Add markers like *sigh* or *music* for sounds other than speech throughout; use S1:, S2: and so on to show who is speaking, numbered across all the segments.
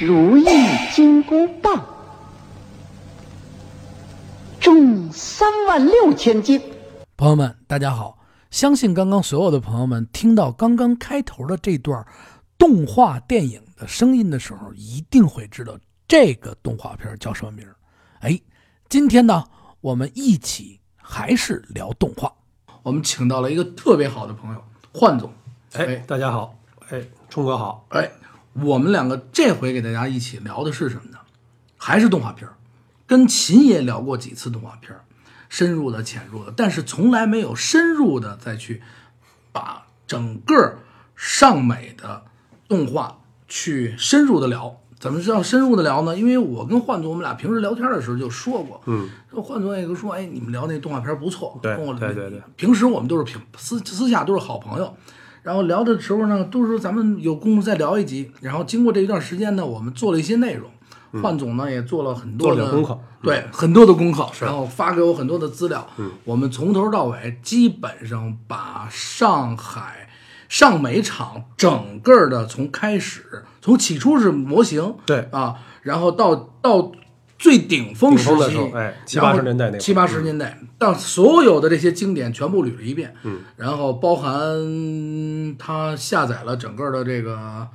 S1: 如意金箍棒，重三万六千斤。
S2: 朋友们，大家好！相信刚刚所有的朋友们听到刚刚开头的这段动画电影的声音的时候，一定会知道这个动画片叫什么名儿。哎，今天呢，我们一起还是聊动画。我们请到了一个特别好的朋友，幻总。
S3: 哎，大家好，哎，冲哥好，
S2: 哎，我们两个这回给大家一起聊的是什么呢？还是动画片儿，跟秦爷聊过几次动画片儿，深入的、浅入的，但是从来没有深入的再去把整个上美的动画去深入的聊。怎么知道深入的聊呢？因为我跟幻总，我们俩平时聊天的时候就说过，嗯，幻总也就说，哎，你们聊那动画片儿不错，
S3: 对
S2: 跟我
S3: 对对对
S2: 平时我们都是平私私下都是好朋友，然后聊的时候呢，都是咱们有功夫再聊一集。然后经过这一段时间呢，我们做了一些内容，幻总呢也做了很多的
S3: 嗯做了点功课嗯
S2: 对很多的功课，然后发给我很多的资料。我们从头到尾基本上把上海上美场整个的从开始，从起初是模型，
S3: 对
S2: 啊，然后到到最顶峰时
S3: 顶峰的时候
S2: 期，
S3: 哎七
S2: 然后
S3: 八十年代那会儿嗯
S2: 七八十年代，到所有的这些经典全部捋了一遍，嗯，然后包含他下载了整个的这个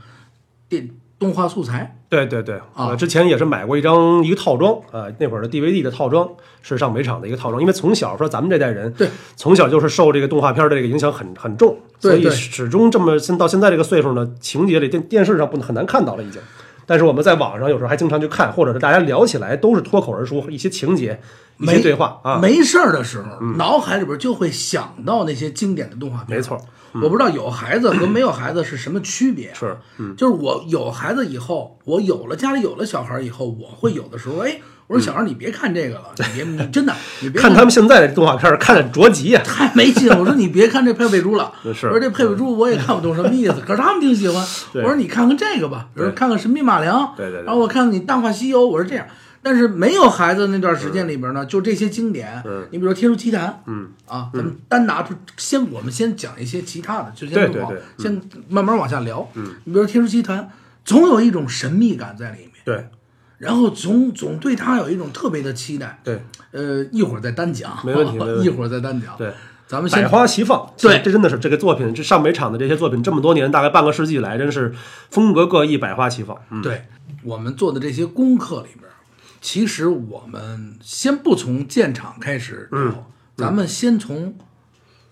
S2: 电动画素材，
S3: 对对对，啊，之前也是买过一张一个套装啊，那会儿的 DVD 的套装是上美场的一个套装，因为从小说咱们这代人，
S2: 对，
S3: 从小就是受这个动画片的这个影响很很重，
S2: 对
S3: 所以
S2: 对
S3: 始终这么现到现在这个岁数呢，情节里电电视上不很难看到了已经，但是我们在网上有时候还经常去看，或者是大家聊起来都是脱口而出一些情节、一些
S2: 没
S3: 对话啊，嗯
S2: 没事儿的时候，脑海里边就会想到那些经典的动画片，
S3: 没错。嗯
S2: 我不知道有孩子和没有孩子是什么区别、啊
S3: 是，嗯
S2: 就是我有孩子以后，我有了家里有了小孩以后，我会有的时候，哎，我说小孩你别看这个了，你别你真的你别
S3: 看他们现在的动画片儿看着着急呀、
S2: 太没劲了。我说你别看这佩佩猪了，
S3: *laughs* 是
S2: 我说这佩佩猪我也看不懂什么
S3: *laughs*
S2: 意思，可是他们挺喜欢。我
S3: 对
S2: 说你看看这个吧，比如说看看《神秘马良》，
S3: 对对对
S2: 然后我看看你《大话西游》，我是这样。但是没有孩子那段时间里边呢，就这些经典，你比如说《天书奇谭》，嗯啊，咱们单拿出先，我们先讲一些其他的，就
S3: 对
S2: 先
S3: 对
S2: 往
S3: 对嗯
S2: 先慢慢往下聊。嗯，你比如说《天书奇谭》，总有一种神秘感在里面，
S3: 对
S2: 然后总总对它有一种特别的期待。
S3: 对
S2: 呃，一会儿再单讲，*laughs*
S3: 没问题没问题
S2: 一会儿再单讲。
S3: 对，
S2: 咱们先
S3: 百花齐放，
S2: 对
S3: 其实这真的是这个作品，这上美场的这些作品，这么多年，大概半个世纪以来，真是风格各异，百花齐放。嗯，
S2: 对我们做的这些功课里边儿，其实我们先不从建厂开始聊，
S3: 嗯
S2: 咱们先从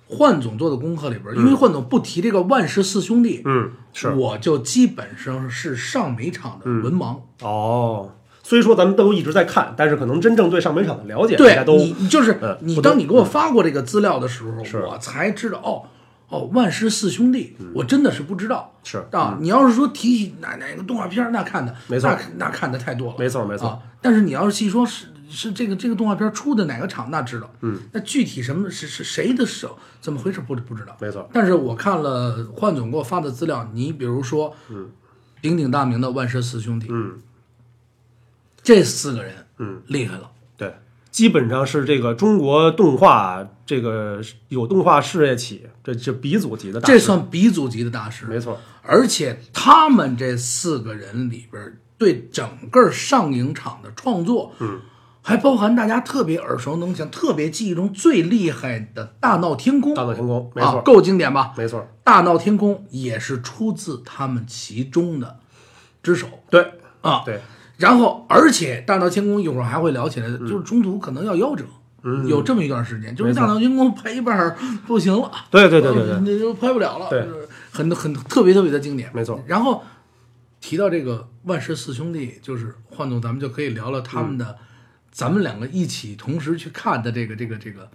S2: 幻总做的功课里边儿，因为幻总不提这个万氏四兄弟，
S3: 嗯，是嗯
S2: 我就基本上是上美场的文盲。
S3: 哦。虽说咱们都一直在看，但是可能真正对上美场的了解，大
S2: 对
S3: 家都
S2: 你，你就是、
S3: 嗯
S2: 你，
S3: 不多
S2: 当你给我发过这个资料的时候，我才知道哦。哦，万氏四兄弟，我真的是不知道。
S3: 嗯是嗯
S2: 啊，你要是说提起哪哪个动画片儿，那看的
S3: 没错
S2: 那那看的太多了。
S3: 没错没错
S2: 啊但是你要是细说，是是这个这个动画片出的哪个厂，那知道。嗯。那具体什么是是谁的手，怎么回事不不知道。
S3: 没错
S2: 但是我看了幻总给我发的资料，你比如说，嗯，鼎鼎大名的万氏四兄弟，嗯，这四个人，嗯，厉害了。
S3: 对，基本上是这个中国动画这个有动画事业起，这这鼻祖级的大师，
S2: 这算鼻祖级的大师，
S3: 没错。
S2: 而且他们这四个人里边儿，对整个上影厂的创作，嗯，还包含大家特别耳熟能详、特别记忆中最厉害的《大闹天宫》
S3: 大闹天宫，没
S2: 啊，
S3: 错，
S2: 够经典吧？
S3: 没错，
S2: 大闹天宫》也是出自他们其中的之首
S3: 对
S2: 啊。
S3: 对，
S2: 然后，而且《大闹天宫》一会儿还会聊起来的，
S3: 嗯
S2: 就是中途可能要夭折。有这么一段时间，就是《大闹天宫》拍一半儿不行了，
S3: 对对对对对，
S2: 那就拍不了了，
S3: 对
S2: 就是很很特别特别的经典，
S3: 没错
S2: 然后提到这个万氏四兄弟，就是换总，咱们就可以聊聊他们的，
S3: 嗯
S2: 咱们两个一起同时去看的这个这个这个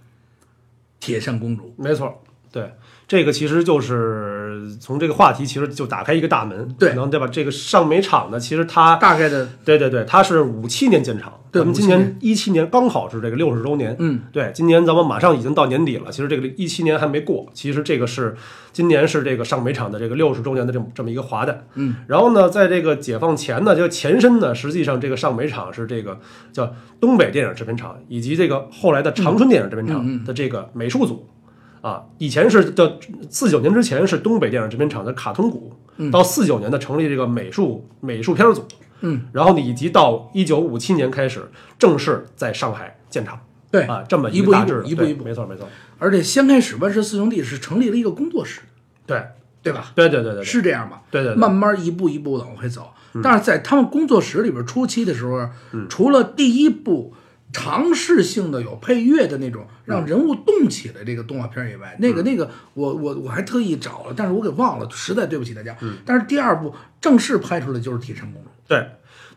S2: 铁扇公主，
S3: 没错，对，这个其实就是从这个话题，其实就打开一个大门，
S2: 对
S3: 可能对吧？这个上美场呢，其实它，
S2: 大概的
S3: 对对对，它是五七年建厂，
S2: 对
S3: 咱们今年一七年刚好是这个六十周年，
S2: 嗯，
S3: 对，今年咱们马上已经到年底了，其实这个一七年还没过，其实这个是今年是这个上美场的这个六十周年的这么这么一个华诞，
S2: 嗯，
S3: 然后呢，在这个解放前呢，就前身呢，实际上这个上美厂是这个叫东北电影制片厂以及这个后来的长春电影制片
S2: 嗯
S3: 厂的这个美术组。啊，以前是叫四九年之前是东北电影制片厂的卡通股，到四九年呢成立这个美术美术片儿组，
S2: 嗯，
S3: 然后呢，以及到一九五七年开始正式在上海建厂，
S2: 对
S3: 啊，这么
S2: 一
S3: 个
S2: 步一
S3: 大
S2: 步
S3: 致，
S2: 一步
S3: 对
S2: 一步。
S3: 没错没错，
S2: 而且先开始万氏四兄弟是成立了一个工作室，
S3: 对
S2: 对吧？
S3: 对对对对，对
S2: 是这样吧？
S3: 对对对
S2: 慢慢一步一步的往回走。但是在他们工作室里边初期的时候，
S3: 嗯
S2: 除了第一部尝试性的有配乐的那种
S3: 嗯
S2: 让人物动起来这个动画片以外，那个那个我我我还特意找了，但是我给忘了，实在对不起大家。
S3: 嗯
S2: 但是第二部正式拍出来就是《铁扇公主》，
S3: 对，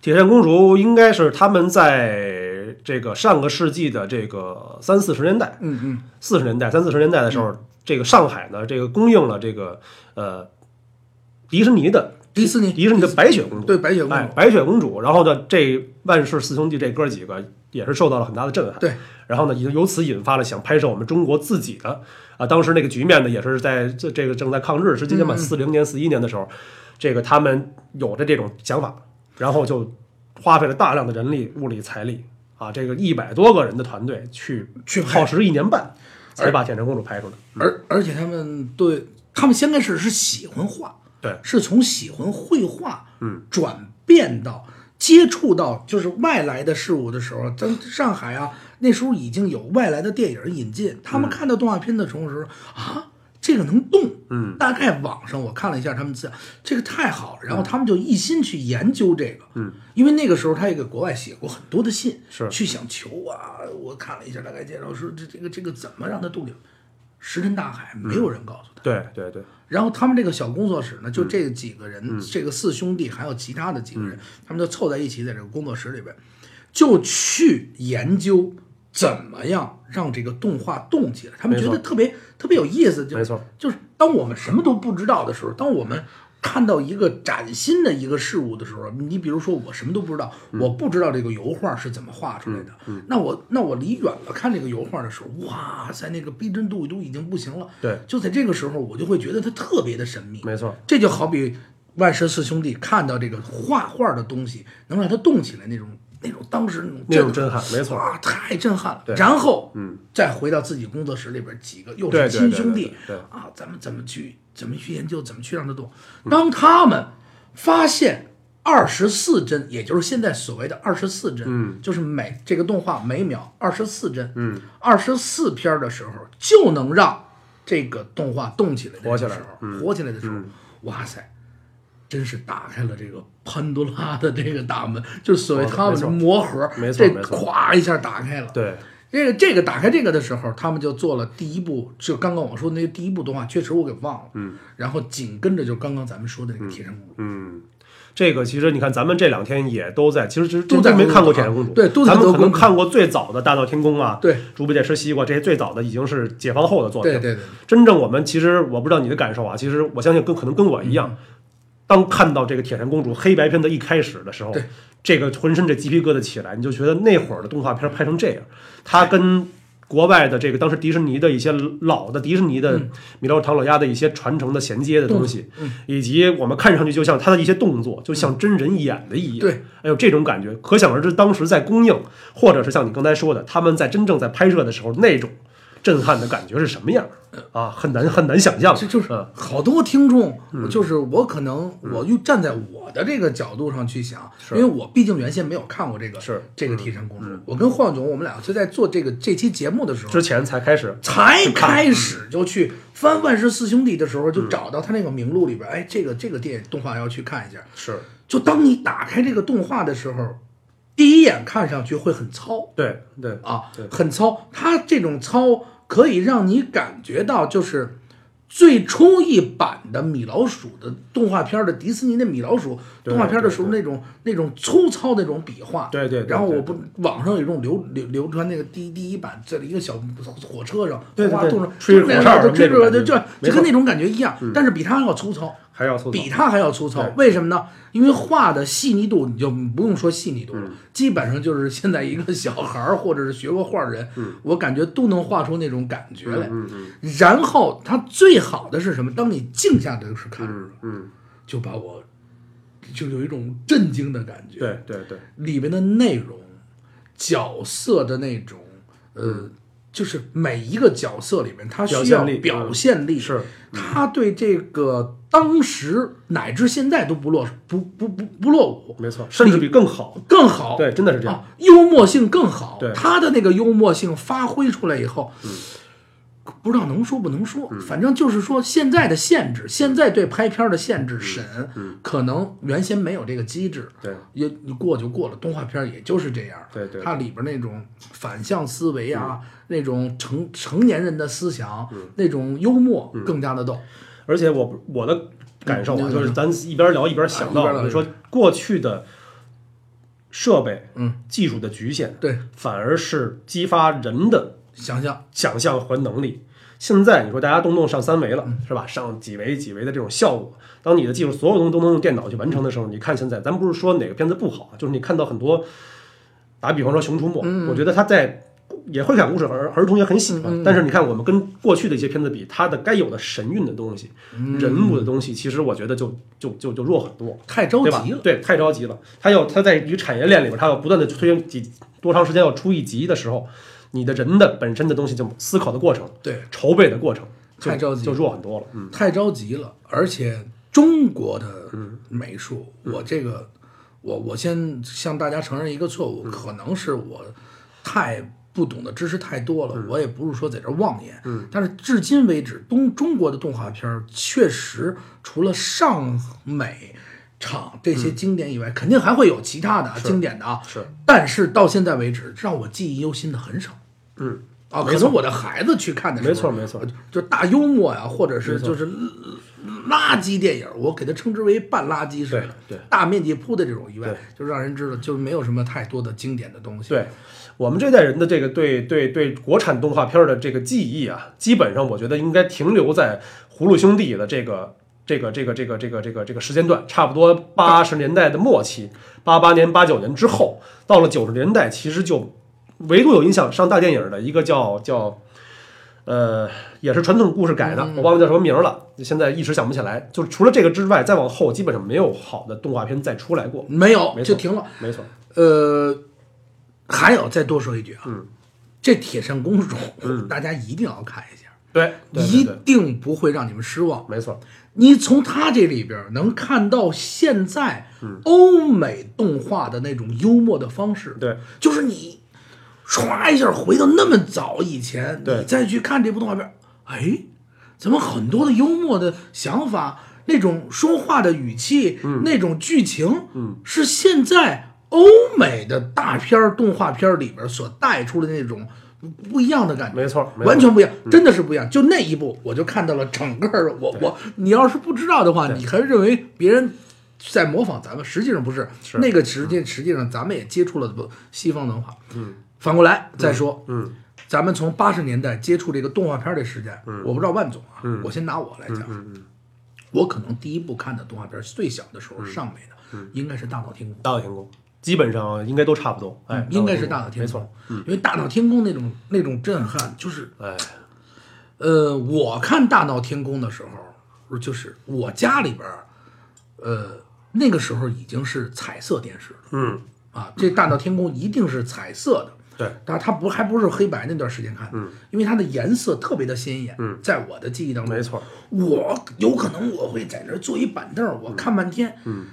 S3: 铁扇公主应该是他们在这个上个世纪的这个三四十年代，
S2: 嗯嗯，
S3: 四十年代三四十年代的时候，这个上海呢，这个供应了这个呃迪士尼的
S2: 迪士尼
S3: 迪士尼的白雪公主，
S2: 对白雪公
S3: 哎
S2: 主，
S3: 白雪公主，然后呢，这万氏四兄弟这哥几个也是受到了很大的震撼，
S2: 对，
S3: 然后呢，也由此引发了想拍摄我们中国自己的啊，当时那个局面呢，也是在这这个正在抗日时期间
S2: 嗯
S3: 吧，四零年、四一年的时候，这个他们有着这种想法，然后就花费了大量的人力、物力、财力啊，这个一百多个人的团队去
S2: 去拍
S3: 耗时一年半，才把《铁扇公主》拍出来。
S2: 而而且他们对他们先开始是喜欢画，
S3: 对
S2: 是从喜欢绘画，嗯，转变到接触到就是外来的事物的时候，在上海啊，那时候已经有外来的电影引进，他们看到动画片的时候说、啊。这个能动，嗯，大概网上我看了一下他们资料，这个太好了，然后他们就一心去研究这个，嗯，因为那个时候他也给国外写过很多的信，
S3: 是
S2: 去想求啊，我看了一下大概介绍说这这个这个怎么让它动起来，石沉大海，没有人告诉他。
S3: 对对对，
S2: 然后他们这个小工作室呢，
S3: 嗯
S2: 就这几个人，这个四兄弟还有其他的几个人，他们就凑在一起，在这个工作室里边，就去研究怎么样让这个动画动起来。他们觉得特别特别有意思，就
S3: 没错，
S2: 就是当我们什么都不知道的时候，当我们。看到一个崭新的一个事物的时候，你比如说我什么都不知道，
S3: 嗯
S2: 我不知道这个油画是怎么画出来的，那我那我离远了看这个油画的时候，哇塞，那个逼真度都已经不行了，
S3: 对
S2: 就在这个时候，我就会觉得它特别的神秘。
S3: 没错，
S2: 这就好比万氏四兄弟看到这个画画的东西，能让它动起来那种那种当时那
S3: 那
S2: 种
S3: 种震撼，没错。
S2: 哇，太震撼了。
S3: 对
S2: 然后，嗯，再回到自己工作室里边，几个又
S3: 对
S2: 是
S3: 对
S2: 亲
S3: 对
S2: 兄
S3: 对
S2: 弟
S3: 对对
S2: 啊，咱们怎么去怎么去研究，怎么去让它动。当他们发现。二十四帧，也就是现在所谓的二十四帧，嗯，就是每这个动画每秒二十四帧，嗯，二十四片儿的时候就能让这个动画动起来的
S3: 活起来嗯
S2: 时候，活起来的时候，哇塞，真是打开了这个潘多拉的这个大门，就是所谓他们的魔盒，
S3: 哦没错
S2: 这
S3: 没错
S2: 咵一下打开了。
S3: 对，
S2: 这个这个打开这个的时候，他们就做了第一部，就刚刚我说的那个第一部动画，确实我给忘了。嗯，然后紧跟着就刚刚咱们说的那个《铁扇公主》
S3: 嗯，这个其实你看，咱们这两天也都在，其实其实
S2: 都在
S3: 没
S2: 公
S3: 看
S2: 主
S3: 过《铁扇公主》，
S2: 对都在
S3: 咱们
S2: 做
S3: 可能
S2: 公主
S3: 看过最早的《大闹天宫》啊，
S2: 对，
S3: 猪八戒吃西瓜这些最早的已经是解放后的作品。
S2: 对对对，
S3: 真正我们其实我不知道你的感受啊，其实我相信跟可能跟我一样，
S2: 嗯
S3: 当看到这个《铁扇公主》黑白片的一开始的时候
S2: 对，
S3: 这个浑身这鸡皮疙瘩起来，你就觉得那会儿的动画片拍成这样，它跟国外的这个当时迪士尼的一些老的迪士尼
S2: 嗯
S3: 的米老鼠唐老鸭的一些传承的衔接的东西，以及我们看上去就像它的一些动作，就像真人演的一样。
S2: 对，
S3: 哎呦，这种感觉，可想而知，当时在公映，或者是像你刚才说的，他们在真正在拍摄的时候那种。震撼的感觉是什么样啊？很难很难想象。
S2: 这就是
S3: 嗯
S2: 好多听众，就是我可能我又站在我的这个角度上去想，因为我毕竟原先没有看过这个
S3: 是嗯
S2: 这个《铁扇公主》，我跟晃总我们俩就在做这个这期节目的时候，
S3: 之前才开始
S2: 才开
S3: 嗯
S2: 始就去翻《万氏四兄弟》的时候，就找到他那个名录里边，哎，这个这个电影动画要去看一下。
S3: 是
S2: 就当你打开这个动画的时候，第一眼看上去会很糙
S3: 对对
S2: 啊
S3: 对，
S2: 很糙。它这种糙可以让你感觉到，就是最初一版的米老鼠的动画片的迪士尼的米老鼠
S3: 对
S2: 动画片的时候那种那种粗糙那种笔画，
S3: 对对对
S2: 然后
S3: 对
S2: 我不网上有一种流流流传那个第第一版，在一个小火车上，
S3: 对对
S2: 哗
S3: 对
S2: 动上
S3: 吹着
S2: 就那
S3: 口
S2: 样
S3: 哨
S2: 就吹
S3: 那种
S2: 着
S3: 感觉
S2: 就就就
S3: 没错嗯
S2: 跟那种感觉一样，但是比它要粗糙。
S3: 还要粗糙
S2: 比它还要粗糙，为什么呢？因为画的细腻度，你就不用说细腻度
S3: 嗯
S2: 了，基本上就是现在一个小孩儿或者是学过画的人，
S3: 嗯
S2: 我感觉都能画出那种感觉来。然后它最好的是什么？当你静下来的时候看，
S3: 嗯嗯，
S2: 就把我就有一种震惊的感觉。
S3: 对对对
S2: 里面的内容、角色的那种呃就是每一个角色里面，他需
S3: 嗯表
S2: 要
S3: 现力嗯
S2: 表现力，
S3: 是嗯
S2: 他对这个当时乃至现在都不落不不不不落伍，
S3: 没错，甚至比更好。
S2: 更好，
S3: 对，真的是这样
S2: 啊，，幽默性更好，
S3: 对
S2: 他的那个幽默性发挥出来以后，不知道能说不能说，
S3: 嗯
S2: 反正就是说现在的限制，现在对拍片儿的限制审，可能原先没有这个机制，
S3: 嗯对，
S2: 也你过就过了，动画片儿也就是这样，
S3: 对对嗯
S2: 它里边那种反向思维啊，那种成成年人的思想，那种幽默
S3: 嗯
S2: 更加的逗，
S3: 而且我我的感受啊，
S2: 嗯
S3: 就是咱一边聊一边想
S2: 啊一边
S3: 到，
S2: 聊
S3: 你说过去的设备、
S2: 嗯，
S3: 技术的局限，
S2: 对，
S3: 反而是激发人的
S2: 想象
S3: 想象和能力。现在你说大家动不动上三维了，是吧？上几维几维的这种效果，当你的技术所有东西都能用电脑去完成的时候，你看现在，咱不是说哪个片子不好，啊就是你看到很多，打比方说《熊出没》，我觉得他在也会讲故事，儿儿童也很喜欢。但是你看，我们跟过去的一些片子比，它的该有的神韵的东西、人物的东西，其实我觉得就就就就弱很多。
S2: 太着
S3: 对吧
S2: 急了，
S3: 对，太着急了。他要他在于产业链里边，他要不断的推几多长时间要出一集的时候，你的人的本身的东西就思考的过程、
S2: 对，
S3: 筹备的过程就
S2: 太着急
S3: 就弱很多了。嗯，
S2: 太着急了，而且中国的美术，
S3: 嗯
S2: 我这个，我我先向大家承认一个错
S3: 嗯
S2: 误，可能是我太不懂的知识太多
S3: 嗯
S2: 了，我也不是说在这儿妄言，但是至今为止，东中国的动画片儿确实除了上美。场这些经典以外，肯定还会有其他的啊经典的啊，
S3: 嗯是，
S2: 但是到现在为止，让我记忆犹新的很少。
S3: 嗯，
S2: 啊，可能我的孩子去看的时候，呃
S3: 没错没错，
S2: 就是大幽默呀、或者是就是垃圾电影，我给它称之为半垃圾式的，
S3: 对对
S2: 大面积铺的这种以外
S3: 对，
S2: 就让人知道就没有什么太多的经典的东西。
S3: 对我们这代人的这个对对对国产动画片儿的这个记忆啊，基本上我觉得应该停留在《葫芦兄弟》的这个。这个这个这个这个这个这个时间段，差不多八十年代的末期，八八年、八九年之后，到了九十年代，其实就唯独有印象上大电影的一个叫叫，呃，也是传统故事改的，我忘了叫什么名儿了，现在一时想不起来。就除了这个之外，再往后基本上没有好的动画片再出来过。
S2: 没有
S3: 没错
S2: 就停了。
S3: 没错，
S2: 呃，还有再多说一句啊，
S3: 嗯
S2: 这《铁扇公主》 *laughs* 大家一定要看一下，
S3: 对，嗯对对
S2: 一
S3: 对，
S2: 定不会让你们失望。
S3: 没错，
S2: 你从他这里边能看到现在欧美动画的那种幽默的方式，
S3: 嗯对，
S2: 就是你唰一下回到那么早以前，
S3: 对
S2: 你再去看这部动画片，哎，怎么很多的幽默的想法，那种说话的语气，那种剧情，嗯，是现在欧美的大片儿动画片儿里边所带出的那种不一样的感觉，
S3: 没错没错
S2: 完全不一样，真的是不一样。就那一部，我就看到了整个儿我我，你要是不知道的话，你还认为别人在模仿咱们，实际上不是。那个时间实际上咱们也接触了不西方文化。嗯，反过来再说，嗯，咱们从八十年代接触这个动画片的时间，
S3: 嗯
S2: 我不知道万总啊，我先拿我来讲，我可能第一部看的动画片最小的时候上美的，应该是《大闹天宫》。
S3: 嗯大闹天宫基本上应该都差不多，哎，
S2: 嗯应该是大
S3: 大
S2: 闹
S3: 闹
S2: 天宫，
S3: 天宫，
S2: 因为大闹天宫那种那种震撼，就是
S3: 没错，哎，
S2: 呃，我看《大闹天宫》的时候，就是我家里边儿，呃，那个时候已经是彩色电视了
S3: 嗯，
S2: 啊。这《大闹天宫》一定是彩色的，
S3: 对，
S2: 但它不还不是黑白那段时间看的，因为它的颜色特别的鲜艳。嗯，在我的记忆当中，
S3: 没错，
S2: 我有可能我会在那儿坐一板凳儿，我看半天。嗯，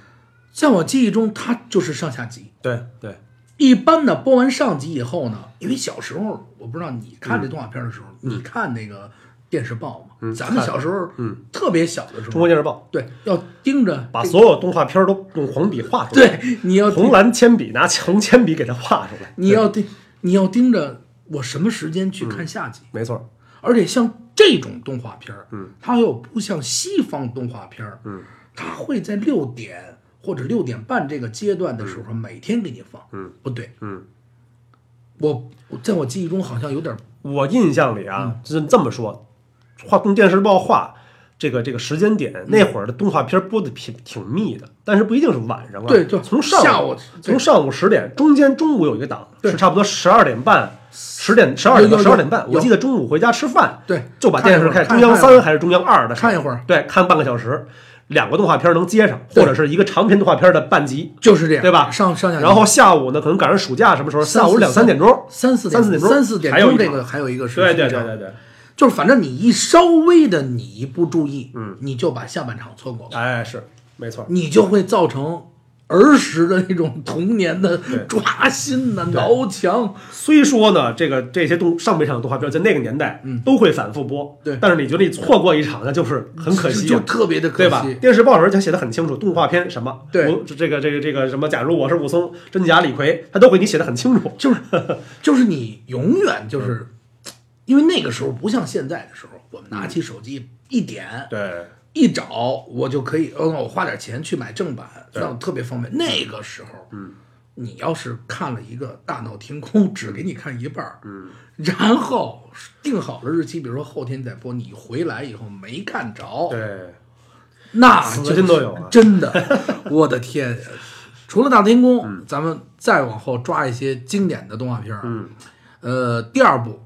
S2: 在我记忆中，它就是上下集。
S3: 对对，
S2: 一般呢，播完上集以后呢，因为小时候我不知道你看这动画片的时候，
S3: 嗯
S2: 你看那个电视报吗？咱们小时候，嗯，特别小的时
S3: 中国
S2: 候，
S3: 电视报
S2: 对，要盯着
S3: 把
S2: 这
S3: 所有动画片都用红笔画出来，，
S2: 对，你要
S3: 红蓝铅笔拿红铅笔给它画出来，
S2: 你要盯，你要盯着我什么时间去看下集。
S3: 没错，
S2: 而且像这种动画片儿，嗯，它又不像西方动画片儿，嗯，它会在六点或者六点半这个阶段的时候，每天给你放，嗯，不对，
S3: 嗯，
S2: 我我在我记忆中好像有点
S3: 我印象里
S2: 嗯
S3: 啊，就是这么说，画动电视报画。这个这个时间
S2: 嗯
S3: 点，那会儿的动画片播的挺挺密的，但是不一定是晚上啊。
S2: 对对
S3: 从上
S2: 下午对
S3: 从上午十点，中间中午有一个档，是差不多十二点半、十点十二点到
S2: 有有
S3: 十二点半。
S2: 有
S3: 我记得中午回家吃饭，
S2: 对
S3: 就把电视
S2: 看
S3: 看
S2: 一会儿看一
S3: 中央
S2: 会
S3: 三
S2: 儿
S3: 还是中央二的时候，
S2: 看一会儿
S3: 对，看半个小时，两个动画片能接上，
S2: 对
S3: 或者是一个长篇动画片的半集，
S2: 就是这样，
S3: 对吧
S2: 上上下，
S3: 然后下午呢，可能赶上暑假什么时候，
S2: 三
S3: 下午两
S2: 三
S3: 三点钟，
S2: 三四
S3: 三四点钟
S2: 三四点
S3: 还有
S2: 钟
S3: 一
S2: 这
S3: 场
S2: 个还有一个是
S3: 对对
S2: 睡觉
S3: 对对对，
S2: 就是反正你一稍微的你一不注意，嗯，你就把下半场错过了，
S3: 哎，是没错，
S2: 你就会造成儿时的那种童年的抓心呐、挠墙，
S3: 虽说呢，这个这些动上半场的动画片在那个年代，都会反复播，
S2: 嗯对
S3: 但是你觉得你错过一场，那就是很可惜、
S2: 就就
S3: 啊。
S2: 特别的可
S3: 对吧
S2: 惜？。
S3: 电视报上就写的很清楚，动画片什么，
S2: 对
S3: 我这个这个这个什么，假如我是武松、真假李逵，他都会给你写的很清楚。
S2: 就是就是你永远就是，
S3: 嗯
S2: 因为那个时候不像现在的时候，我们拿起手机一点，
S3: 对，
S2: 一找我就可以，嗯，我花点钱去买正版，这
S3: 对
S2: 样特别方便。那个时候，嗯，你要是看了一个《大闹天宫》，只给你看一半儿，嗯，然后定好了日期，比如说后天再播，你回来以后没看着，
S3: 对，
S2: 那
S3: 死
S2: 就是
S3: 心都有啊
S2: 真的，我的天！
S3: *laughs*
S2: 除了《大闹天宫》
S3: 嗯
S2: 咱们再往后抓一些经典的动画片儿，嗯，呃，第二部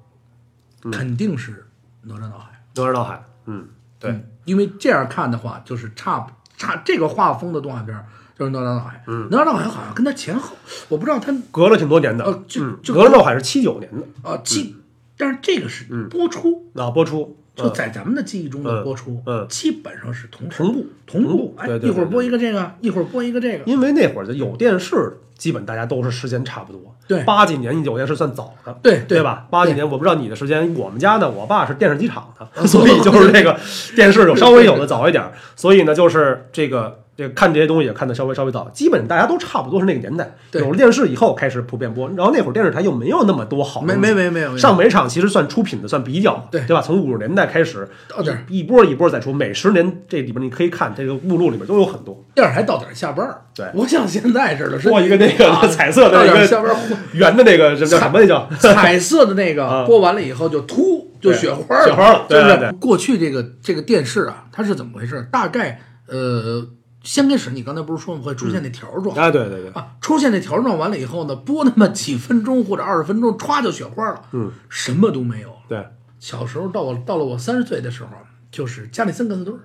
S3: 嗯
S2: 肯定是《哪吒闹海》。
S3: 哪吒闹海，嗯，对，
S2: 嗯，因为这样看的话，就是差不差这个画风的动画片儿就是哪吒闹海，
S3: 嗯
S2: 哪吒闹海好像跟他前后，我不知道他
S3: 隔了挺多年的，
S2: 呃就
S3: 嗯，
S2: 就
S3: 哪吒闹海是七九年的
S2: 啊记，
S3: 嗯
S2: 但是这个是播出，
S3: 啊，播出
S2: 就在咱们的记忆中的播出，
S3: 嗯嗯
S2: 基本上是同时
S3: 同步
S2: 同
S3: 同
S2: 步
S3: 步，
S2: 哎，
S3: 对对对
S2: 一会儿播
S3: 对嗯
S2: 一个这个，一会儿播一个这个，
S3: 因为那会儿就有电视，基本大家都是时间差不多。
S2: 对
S3: 八几年有电视算早的，
S2: 对对
S3: 对吧？八几年我不知道你的时间，我们家呢，我爸是电视机厂
S2: *laughs*
S3: 的，所以就是这个电视有稍微有的早一点儿，所以呢，就是这个这个看这些东西也看的稍微稍微早，基本大家都差不多是那个年代。
S2: 对
S3: 有了电视以后开始普遍播，然后那会儿电视台又没有那么多好东西，
S2: 没没没没有没有
S3: 上美场其实算出品的，算比较的
S2: 对
S3: 对吧？从五十年代开始
S2: 到这儿，
S3: 一一波一波再出，每十年这里边你可以看这个目录里边都有很多。
S2: 电视台到点儿下班儿，
S3: 对
S2: 不像现在似的，是
S3: 播一个那
S2: 啊
S3: 个彩色的
S2: 到
S3: 那
S2: 点儿
S3: 个
S2: 下班儿
S3: 圆的那个什么叫什么那 *laughs* 叫
S2: 彩色的那个
S3: 啊
S2: 播完了以后就秃，就
S3: 对
S2: 雪花儿
S3: 雪花儿了
S2: 就
S3: 对
S2: 是
S3: 对对
S2: 过去这个这个电视啊，它是怎么回事？大概呃，先开始你刚才不是说吗会出现那条状、
S3: *laughs* 啊，对对对，
S2: 啊，出现那条状完了以后呢，播那么几分钟或者二十分钟，歘就雪花了，嗯，什么都没有。
S3: 对
S2: 小时候到我到了我三十岁的时候，就是加里森干子队儿，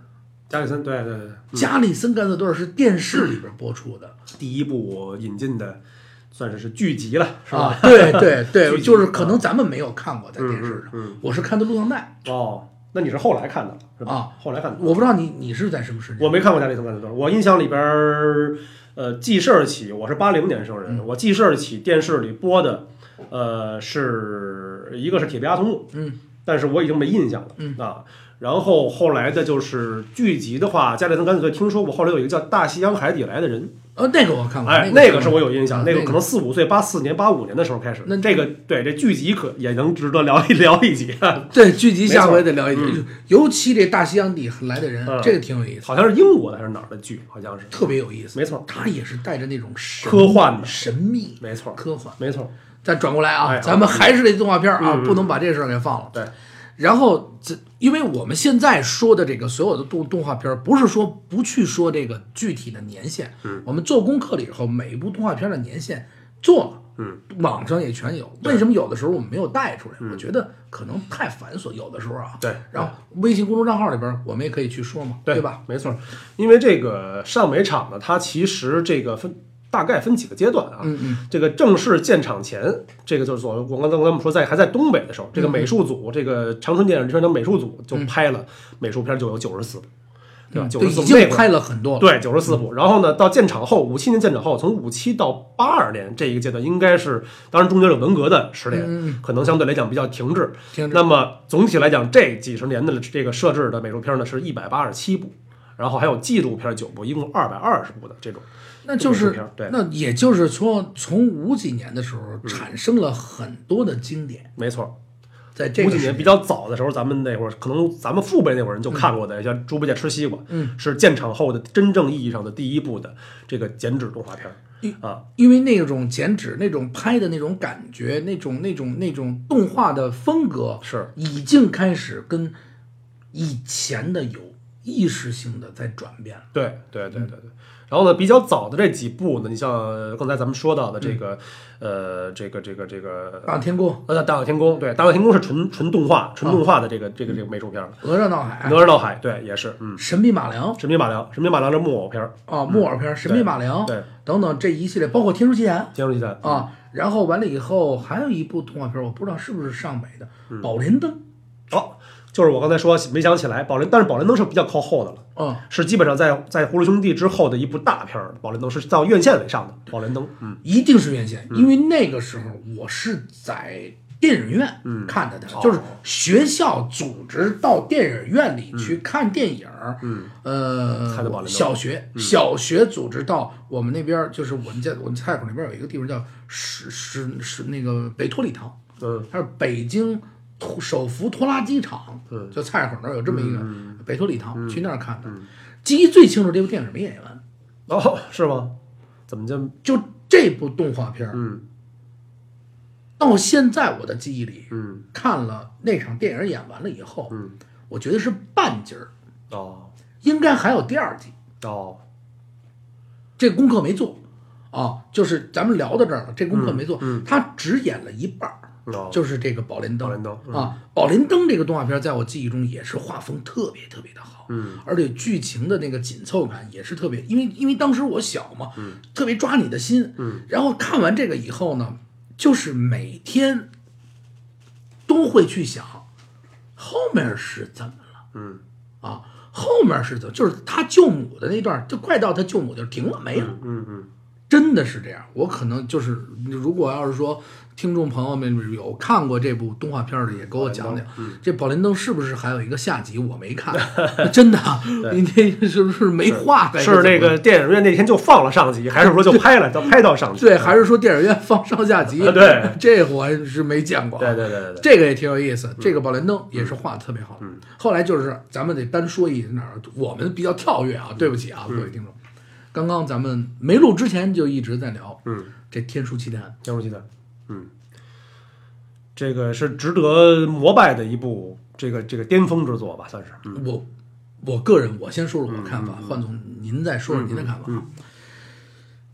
S3: 加里森，对对对，
S2: 加里森干子队儿是电视里边播出的。
S3: 第一部引进的算是是剧集了，是吧？
S2: 啊，对对对，
S3: *laughs* 剧集啊
S2: 就是可能咱们没有看过在电视上，
S3: 嗯
S2: 我是看的录像带，
S3: 哦，那你是后来看的是吧？
S2: 啊
S3: 后来看的，
S2: 我不知道你你是在什么时间。
S3: 我没看过加里森干的多，我印象里边儿，呃，记事儿起，我是八零年生
S2: 嗯
S3: 人，我记事儿起电视里播的，呃，是一个是铁臂阿童木，
S2: 嗯，
S3: 但是我已经没印象了，嗯啊。然后后来的就是剧集的话，加里森干脆听说过，后来有一个叫《大西洋海底来的人》，
S2: 呃，那个我看过，
S3: 哎，
S2: 那
S3: 那个是我有印
S2: 啊
S3: 象，那
S2: 那
S3: 个
S2: 个
S3: 可能四五岁、八四年、八五年的时候开始。
S2: 那
S3: 这个对这剧集可也能值得聊一 *laughs* 聊一集，啊
S2: 对剧集下回
S3: 没错
S2: 得聊一聊，尤其这大西洋底来的人，
S3: 嗯
S2: 这个挺有意思，
S3: 好像是英国的还是哪儿的剧，好像是，
S2: 特别有意思。
S3: 没错
S2: 他也是带着那种神
S3: 科幻的
S2: 神秘，
S3: 没错
S2: 科幻。
S3: 没错，
S2: 但转过来啊，
S3: 哎嗯
S2: 咱们还是这动画片啊，不能把这事儿给放了。
S3: 对，
S2: 然后这，因为我们现在说的这个所有的动动画片儿，不是说不去说这个具体的年限，嗯，我们做功课了以后，每一部动画片的年限做了，嗯，网上也全有。为什么有的时候我们没有带出来？我觉得可能太繁琐，有的时候啊，
S3: 嗯对
S2: 然后微信公众账号里边儿我们也可以去说嘛，对吧？？
S3: 没错，因为这个上美场呢，它其实这个分大概分几个阶段啊。
S2: 嗯嗯
S3: 这个正式建厂前，这个就是所谓我刚才我们说在还在东北的时候，
S2: 嗯
S3: 这个美术组，这个长春电影制片厂美术组就拍了美术片，就有九十四部，对吧？
S2: 嗯
S3: 九
S2: 对，
S3: 十
S2: 已
S3: 四
S2: 经拍了很多，，
S3: 对，九十四部。然后呢，到建厂后，五七年建厂后，从五七到八二年这一个阶段，应该是当然中间有文革的十年，可能相对来讲比较停滞。
S2: 嗯停滞
S3: 那么总体来讲，这几十年的这个设置的美术片呢，是一百八十七部，然后还有纪录片九部，一共二百二十部的这种。
S2: 那就
S3: 美术
S2: 是
S3: 片儿对嗯
S2: 那也就是说，从五几年的时候产生了很多的经典，
S3: 没错，
S2: 在这
S3: 五
S2: 个
S3: 几
S2: 时
S3: 年比较早的时候，咱们那会儿可能咱们父辈那会儿人
S2: 嗯
S3: 就看过的，像《猪八戒吃西瓜》，嗯，是建厂后的真正意义上的第一部的这个剪纸动画片儿
S2: 嗯
S3: 啊。
S2: 因为那种剪纸、那种拍的那种感觉、那种那种那种动画的风格，
S3: 是
S2: 已经开始跟以前的有意识性的在转变了。
S3: 对对对对对。然后呢，比较早的这几部呢，你像呃刚才咱们说到的这个，呃，这个这个这个，
S2: 大闹天宫、
S3: 呃，《大闹天宫》对，《大闹天宫》是纯纯动画、纯动画的这个这个这个美术片儿，
S2: 哪吒闹
S3: 《
S2: 海
S3: 哪、吒闹海》对也是，嗯，
S2: 神笔马良
S3: 《神笔马良》《神笔马良》是木偶片儿，
S2: 啊、木偶片、神笔马良
S3: 嗯对，《嗯
S2: 等等这一系列，包括《天书奇谭》
S3: 天书奇谭》
S2: 啊。然后完了以后，还有一部动画片，我不知道是不是上美的
S3: 嗯
S2: 《宝莲灯》
S3: 哦，就是我刚才说没想起来，宝莲，但是宝莲灯是比较靠后的了。
S2: 啊、
S3: 是基本上在在《葫芦兄弟》之后的一部大片儿，《宝莲灯》是到院线里上的，《宝莲灯》嗯，
S2: 一定是院线，因为那个时候我是在电影院
S3: 嗯
S2: 看的的，
S3: 哦
S2: 就是学校组织到电影院里去看电影。嗯，
S3: 看的宝
S2: 呃，
S3: 莲灯
S2: 小学
S3: 嗯
S2: 小学组织到我们那边儿，就是我们家我们菜口那边儿有一个地方叫史史史那个北托礼堂。
S3: 嗯，
S2: 它是北京拖手扶拖拉机厂，
S3: 嗯
S2: 就菜市口那儿有这么一个北托礼堂，去那儿看的。记忆最清楚这部电影什么演员？
S3: 哦，是吗？怎么就
S2: 就这部动画片，
S3: 嗯，
S2: 到现在我的记忆里，
S3: 嗯，
S2: 看了那场电影演完了以后，
S3: 嗯，
S2: 我觉得是半截儿，
S3: 哦
S2: 应该还有第二季，
S3: 哦
S2: 这功课没做啊，就是咱们聊到这儿了，这
S3: 嗯
S2: 功课没做，他只演了一半儿。
S3: 哦，
S2: 就是这个《宝莲灯》
S3: 宝莲灯嗯
S2: 啊，《宝莲灯》这个动画片在我记忆中也是画风特别特别的好，嗯，而且剧情的那个紧凑感也是特别，因为因为当时我小嘛，嗯，特别抓你的心，嗯，然后看完这个以后呢，就是每天都会去想后面是怎么了，
S3: 嗯
S2: 啊，后面是怎么，就是他舅母的那段，就快到他舅母就停了，没了，
S3: 嗯嗯
S2: 真的是这样。我可能就是，如果要是说听众朋友们有看过这部动画片儿的，也给我讲讲，
S3: 嗯
S2: 这《宝莲灯》是不是还有一个下集？我没
S3: *laughs*
S2: 看，真的，你这是不是没画？还
S3: 是
S2: 怎
S3: 那
S2: 么
S3: 个电影院那天就放了上集，还是说就
S2: *laughs*
S3: 拍了，就拍到上集？
S2: 对，还是说电影院放上下集？
S3: 啊对，
S2: *laughs* 这我还是没见过。啊
S3: 对对对对嗯对，
S2: 这个也挺有意思，这个《宝莲灯》也是画的特别好。嗯，后来就是咱们得单说一哪儿，我们比较跳跃啊，对不起啊，
S3: 嗯
S2: 各位听众。刚刚咱们没录之前就一直在聊，
S3: 嗯，
S2: 这《天书奇谭》
S3: 江如奇的，嗯，这个是值得膜拜的一部这个这个巅峰之作吧，算是，嗯
S2: 我我个人，我先说说我看法，焕总您再说说您的看法。
S3: 嗯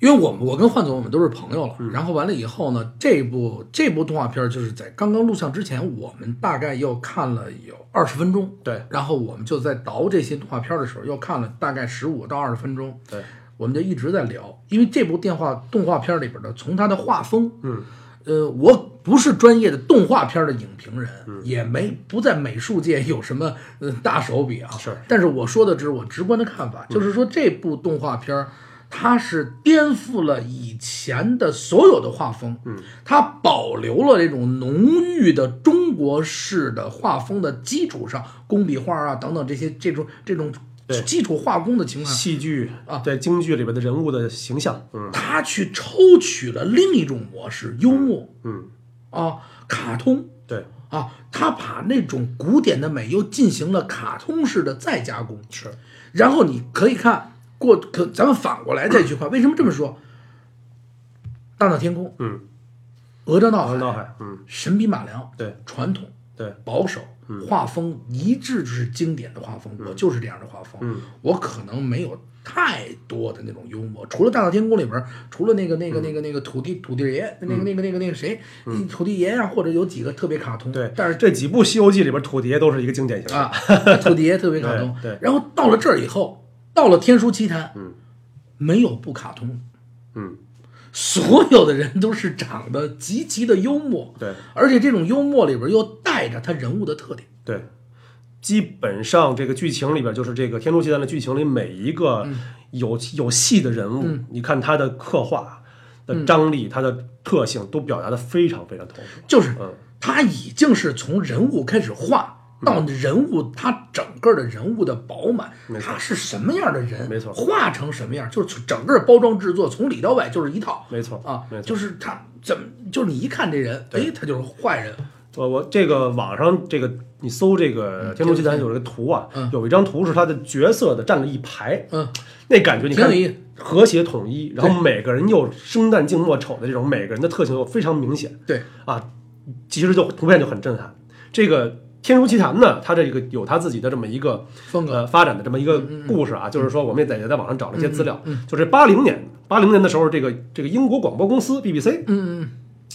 S2: 因为我们我跟焕总我们都是朋友
S3: 嗯
S2: 了，然后完了以后呢，这部这部动画片就是在刚刚录像之前，我们大概又看了有二十分钟，
S3: 对
S2: 然后我们就在倒这些动画片的时候，又看了大概十五到二十分钟，
S3: 对，
S2: 我们就一直在聊，因为这部电话动画片里边的，从它的画风，嗯，呃，我不是专业的动画片的影评人，
S3: 嗯
S2: 也没不在美术界有什么呃大手笔啊，
S3: 是，
S2: 但是我说的只是我直观的看法，就是说这部动画片儿它是颠覆了以前的所有的画风，嗯，它保留了这种浓郁的中国式的画风的基础上，工笔画啊等等这些这种这种基础画工的情况下，
S3: 戏剧
S2: 啊
S3: 对京剧里边的人物的形象，嗯
S2: 他去抽取了另一种模式，幽默
S3: 嗯，
S2: 啊，卡通
S3: 对，
S2: 啊，他把那种古典的美又进行了卡通式的再加工。
S3: 是，
S2: 然后你可以看过，可咱们反过来再去看，为什么这么说？大闹天宫，
S3: 嗯，
S2: 哪吒闹
S3: 王道
S2: 海，
S3: 海，嗯，
S2: 神笔马良，
S3: 对
S2: 传统
S3: 对，
S2: 保守。
S3: 嗯
S2: 画风一致是经典的画风，我就是这样的画风。
S3: 嗯
S2: 我可能没有太多的那种幽默，除了《大闹天宫》里边儿，除了那个那
S3: 嗯
S2: 个那个那个土地土地爷，那个那个那个那个谁，土地爷呀、或者有几个特别卡通。
S3: 对，
S2: 但是
S3: 这几部《西游记》里边土地爷都是一个经典形象。
S2: 啊， *laughs* 土地爷特别卡通。
S3: 对对
S2: 然后到了这儿以后，到了《天书奇谭》，嗯，没有不卡通，
S3: 嗯，
S2: 所有的人都是长得极其的幽默，
S3: 对，
S2: 而且这种幽默里边又带着他人物的特点。
S3: 对，基本上这个剧情里边就是这个《天书奇谭》的剧情里每一个
S2: 嗯
S3: 有、有戏的人物，你看他的刻画
S2: 嗯
S3: 的张力、他的特性都表达的非常非常透彻。
S2: 就是
S3: 嗯
S2: 他已经是从人物开始画。到人物，他整个的人物的饱满，他是什么样的人，
S3: 没错
S2: 画成什么样，就是整个包装制作从里到外就是一套，
S3: 没错
S2: 啊
S3: 没，错
S2: 就是他怎么，就是你一看这人，哎，他就是坏人，
S3: 我我这个网上这个你搜这
S2: 嗯
S3: 个《天书奇谭》有这个图啊，有一张图是他的角色的站了一排，
S2: 嗯，
S3: 那感觉你看
S2: 挺有意思
S3: 和谐统一，然后每个人又生旦净末丑的这种，每个人的特性又非常明显。
S2: 对，
S3: 啊，其实就图片就很震撼。这个天书奇谭》呢，它这个有它自己的这么一个
S2: 风格嗯
S3: 呃发展的这么一个故事啊，就是说我们也在也在网上找了一些资料，就是八零年八零年的时候，这个这个英国广播公司 BBC，
S2: 嗯嗯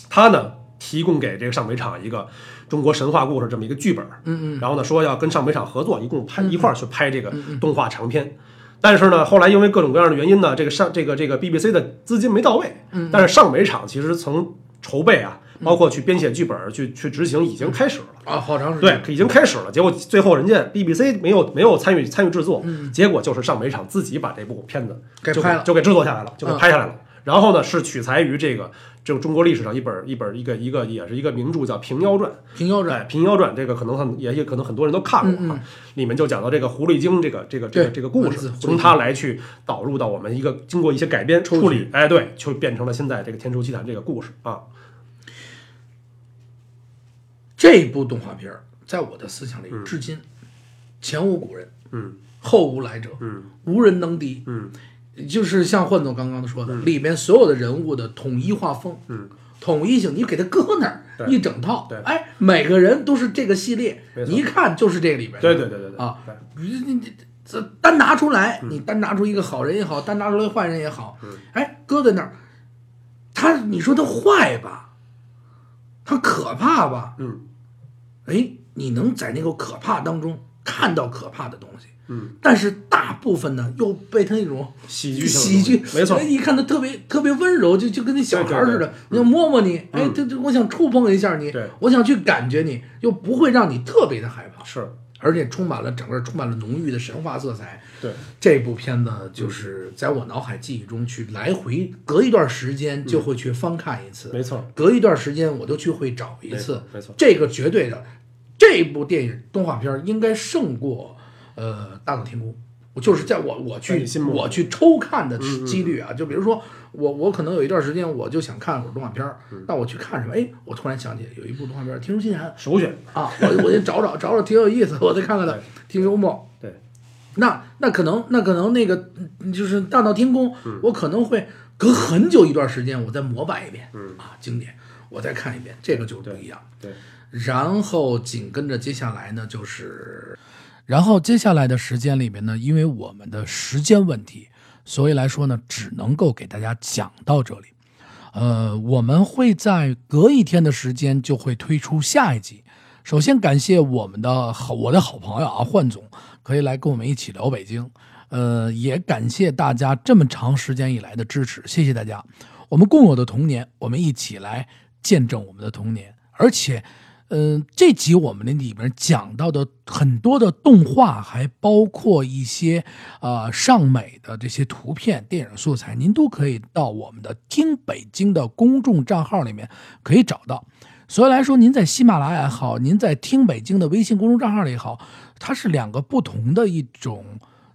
S3: 它呢提供给这个上北场一个中国神话故事这么一个剧本，嗯嗯，然后呢说要跟上北场合作，一共
S2: 嗯
S3: 拍一块儿去拍这个动画长片。但是呢，后来因为各种各样的原因呢，这个上这个这个 BBC 的资金没到位，嗯，但是上北场其实从筹备啊，
S2: 嗯
S3: 包括去编写剧本、去去执行已经开始了。
S2: 啊，好长时
S3: 呃对
S2: 间，，
S3: 已经开始了。结果最后人家 BBC 没有没有参与参与制作，结果就是上美厂自己把这部片子
S2: 嗯给
S3: 就
S2: 拍了
S3: 就给制作下来了，就给
S2: 嗯
S3: 拍下来了。然后呢，是取材于这个这个中国历史上一本一本一个一个也是一个名著叫《平妖传》。
S2: 平腰
S3: 哎，
S2: 斩，
S3: 《平妖传》这个可能很也也可能很多人都看过啊，里面就讲到这个狐狸精这个这个这个
S2: 嗯对
S3: 这个故
S2: 文
S3: 事
S2: 字，
S3: 从它来去导入到我们一个经过一些改编
S2: 抽
S3: 处理，哎，对，就变成了现在这个《天书奇谭》这个故事啊。
S2: 这部动画片儿在我的思想里，至今前无古人，
S3: 嗯，
S2: 后无来者，
S3: 嗯，
S2: 无人能敌，
S3: 嗯，
S2: 就是像幻总刚刚说的，里面所有的人物的统一画风，
S3: 嗯，
S2: 统一性，你给它搁那儿
S3: 对
S2: 一整套，
S3: 对
S2: 哎，每个人都是这个系列
S3: 没，错
S2: 你一看就是这里边的，
S3: 对对对对对
S2: 啊
S3: 对，嗯
S2: 你你你这单拿出来，你单拿出一个好人也好，单拿出来坏人也好，哎，搁在那儿，他你说他坏吧，他可怕吧，
S3: 嗯，
S2: 哎，你能在那个可怕当中看到可怕的东西，
S3: 嗯，
S2: 但是大部分呢又被他那种
S3: 喜剧性的
S2: 喜剧
S3: 东西没错
S2: 哎一看他特别特别温柔，就就跟那小孩儿似
S3: 对对嗯
S2: 的，我想摸摸你，哎，这这我想触碰一下你
S3: 对，
S2: 我想去感觉你，又不会让你特别的害怕，
S3: 是，
S2: 而且充满了整个充满了浓郁的神话色彩。
S3: 对，
S2: 这部片子就是在我脑海记忆中去来回，隔一段时间就会去翻看一次，
S3: 没错。
S2: 隔一段时间我就去会找一次，
S3: 没错没错
S2: 这个绝对的，这部电影动画片应该胜过呃《大闹天宫》。我就是在我我
S3: 在
S2: 去
S3: 你心目中嗯
S2: 我去抽看的几率啊，就比如说我我可能有一段时间我就想看会儿动画片儿，
S3: 嗯
S2: 那我去看什么？哎，我突然想起有一部动画片儿《天书奇谭》
S3: 首选，
S2: 啊，我我得找找找找，挺有意思，我再看看它，挺幽默。
S3: 对，
S2: 那那可能那可能那个嗯就是大闹天宫，我可能会隔很久一段时间，我再膜拜一遍，啊，经典，我再看一遍，这个就不一样。
S3: 对，
S2: 然后紧跟着接下来呢，就是，然后接下来的时间里面呢，因为我们的时间问题，所以来说呢，只能够给大家讲到这里。呃，我们会在隔一天的时间就会推出下一集。首先感谢我们的好我的好朋友啊，幻总可以来跟我们一起聊北京。呃，也感谢大家这么长时间以来的支持，谢谢大家。我们共有的童年，我们一起来见证我们的童年。而且，嗯、这集我们里面讲到的很多的动画，还包括一些呃尚美的这些图片、电影素材，您都可以到我们的“听北京”的公众账号里面可以找到。所以来说，您在喜马拉雅也好，您在听北京的微信公众账号里也好，它是两个不同的一种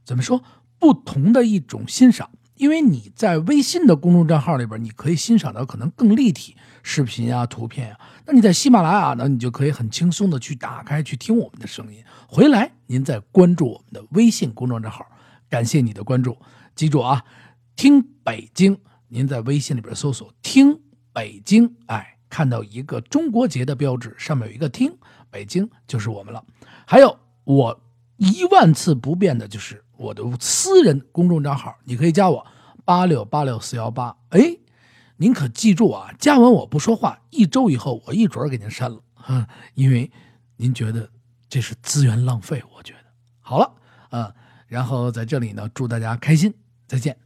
S2: 怎么说不同的一种欣赏。因为你在微信的公众账号里边，你可以欣赏到可能更立体视频啊、图片啊。那你在喜马拉雅呢，你就可以很轻松的去打开去听我们的声音。回来您再关注我们的微信公众账号，感谢你的关注。记住啊，听北京，您在微信里边搜索“听北京”，哎，看到一个中国结的标志，上面有一个“听”，北京就是我们了。还有我一万次不变的就是我的私人公众账号，你可以加我八六八六四幺八。哎，您可记住啊，加完我不说话，一周以后我一准儿给您删了啊，因为您觉得这是资呃源浪费，我觉得。好了，啊、然后在这里呢，祝大家开心，再见。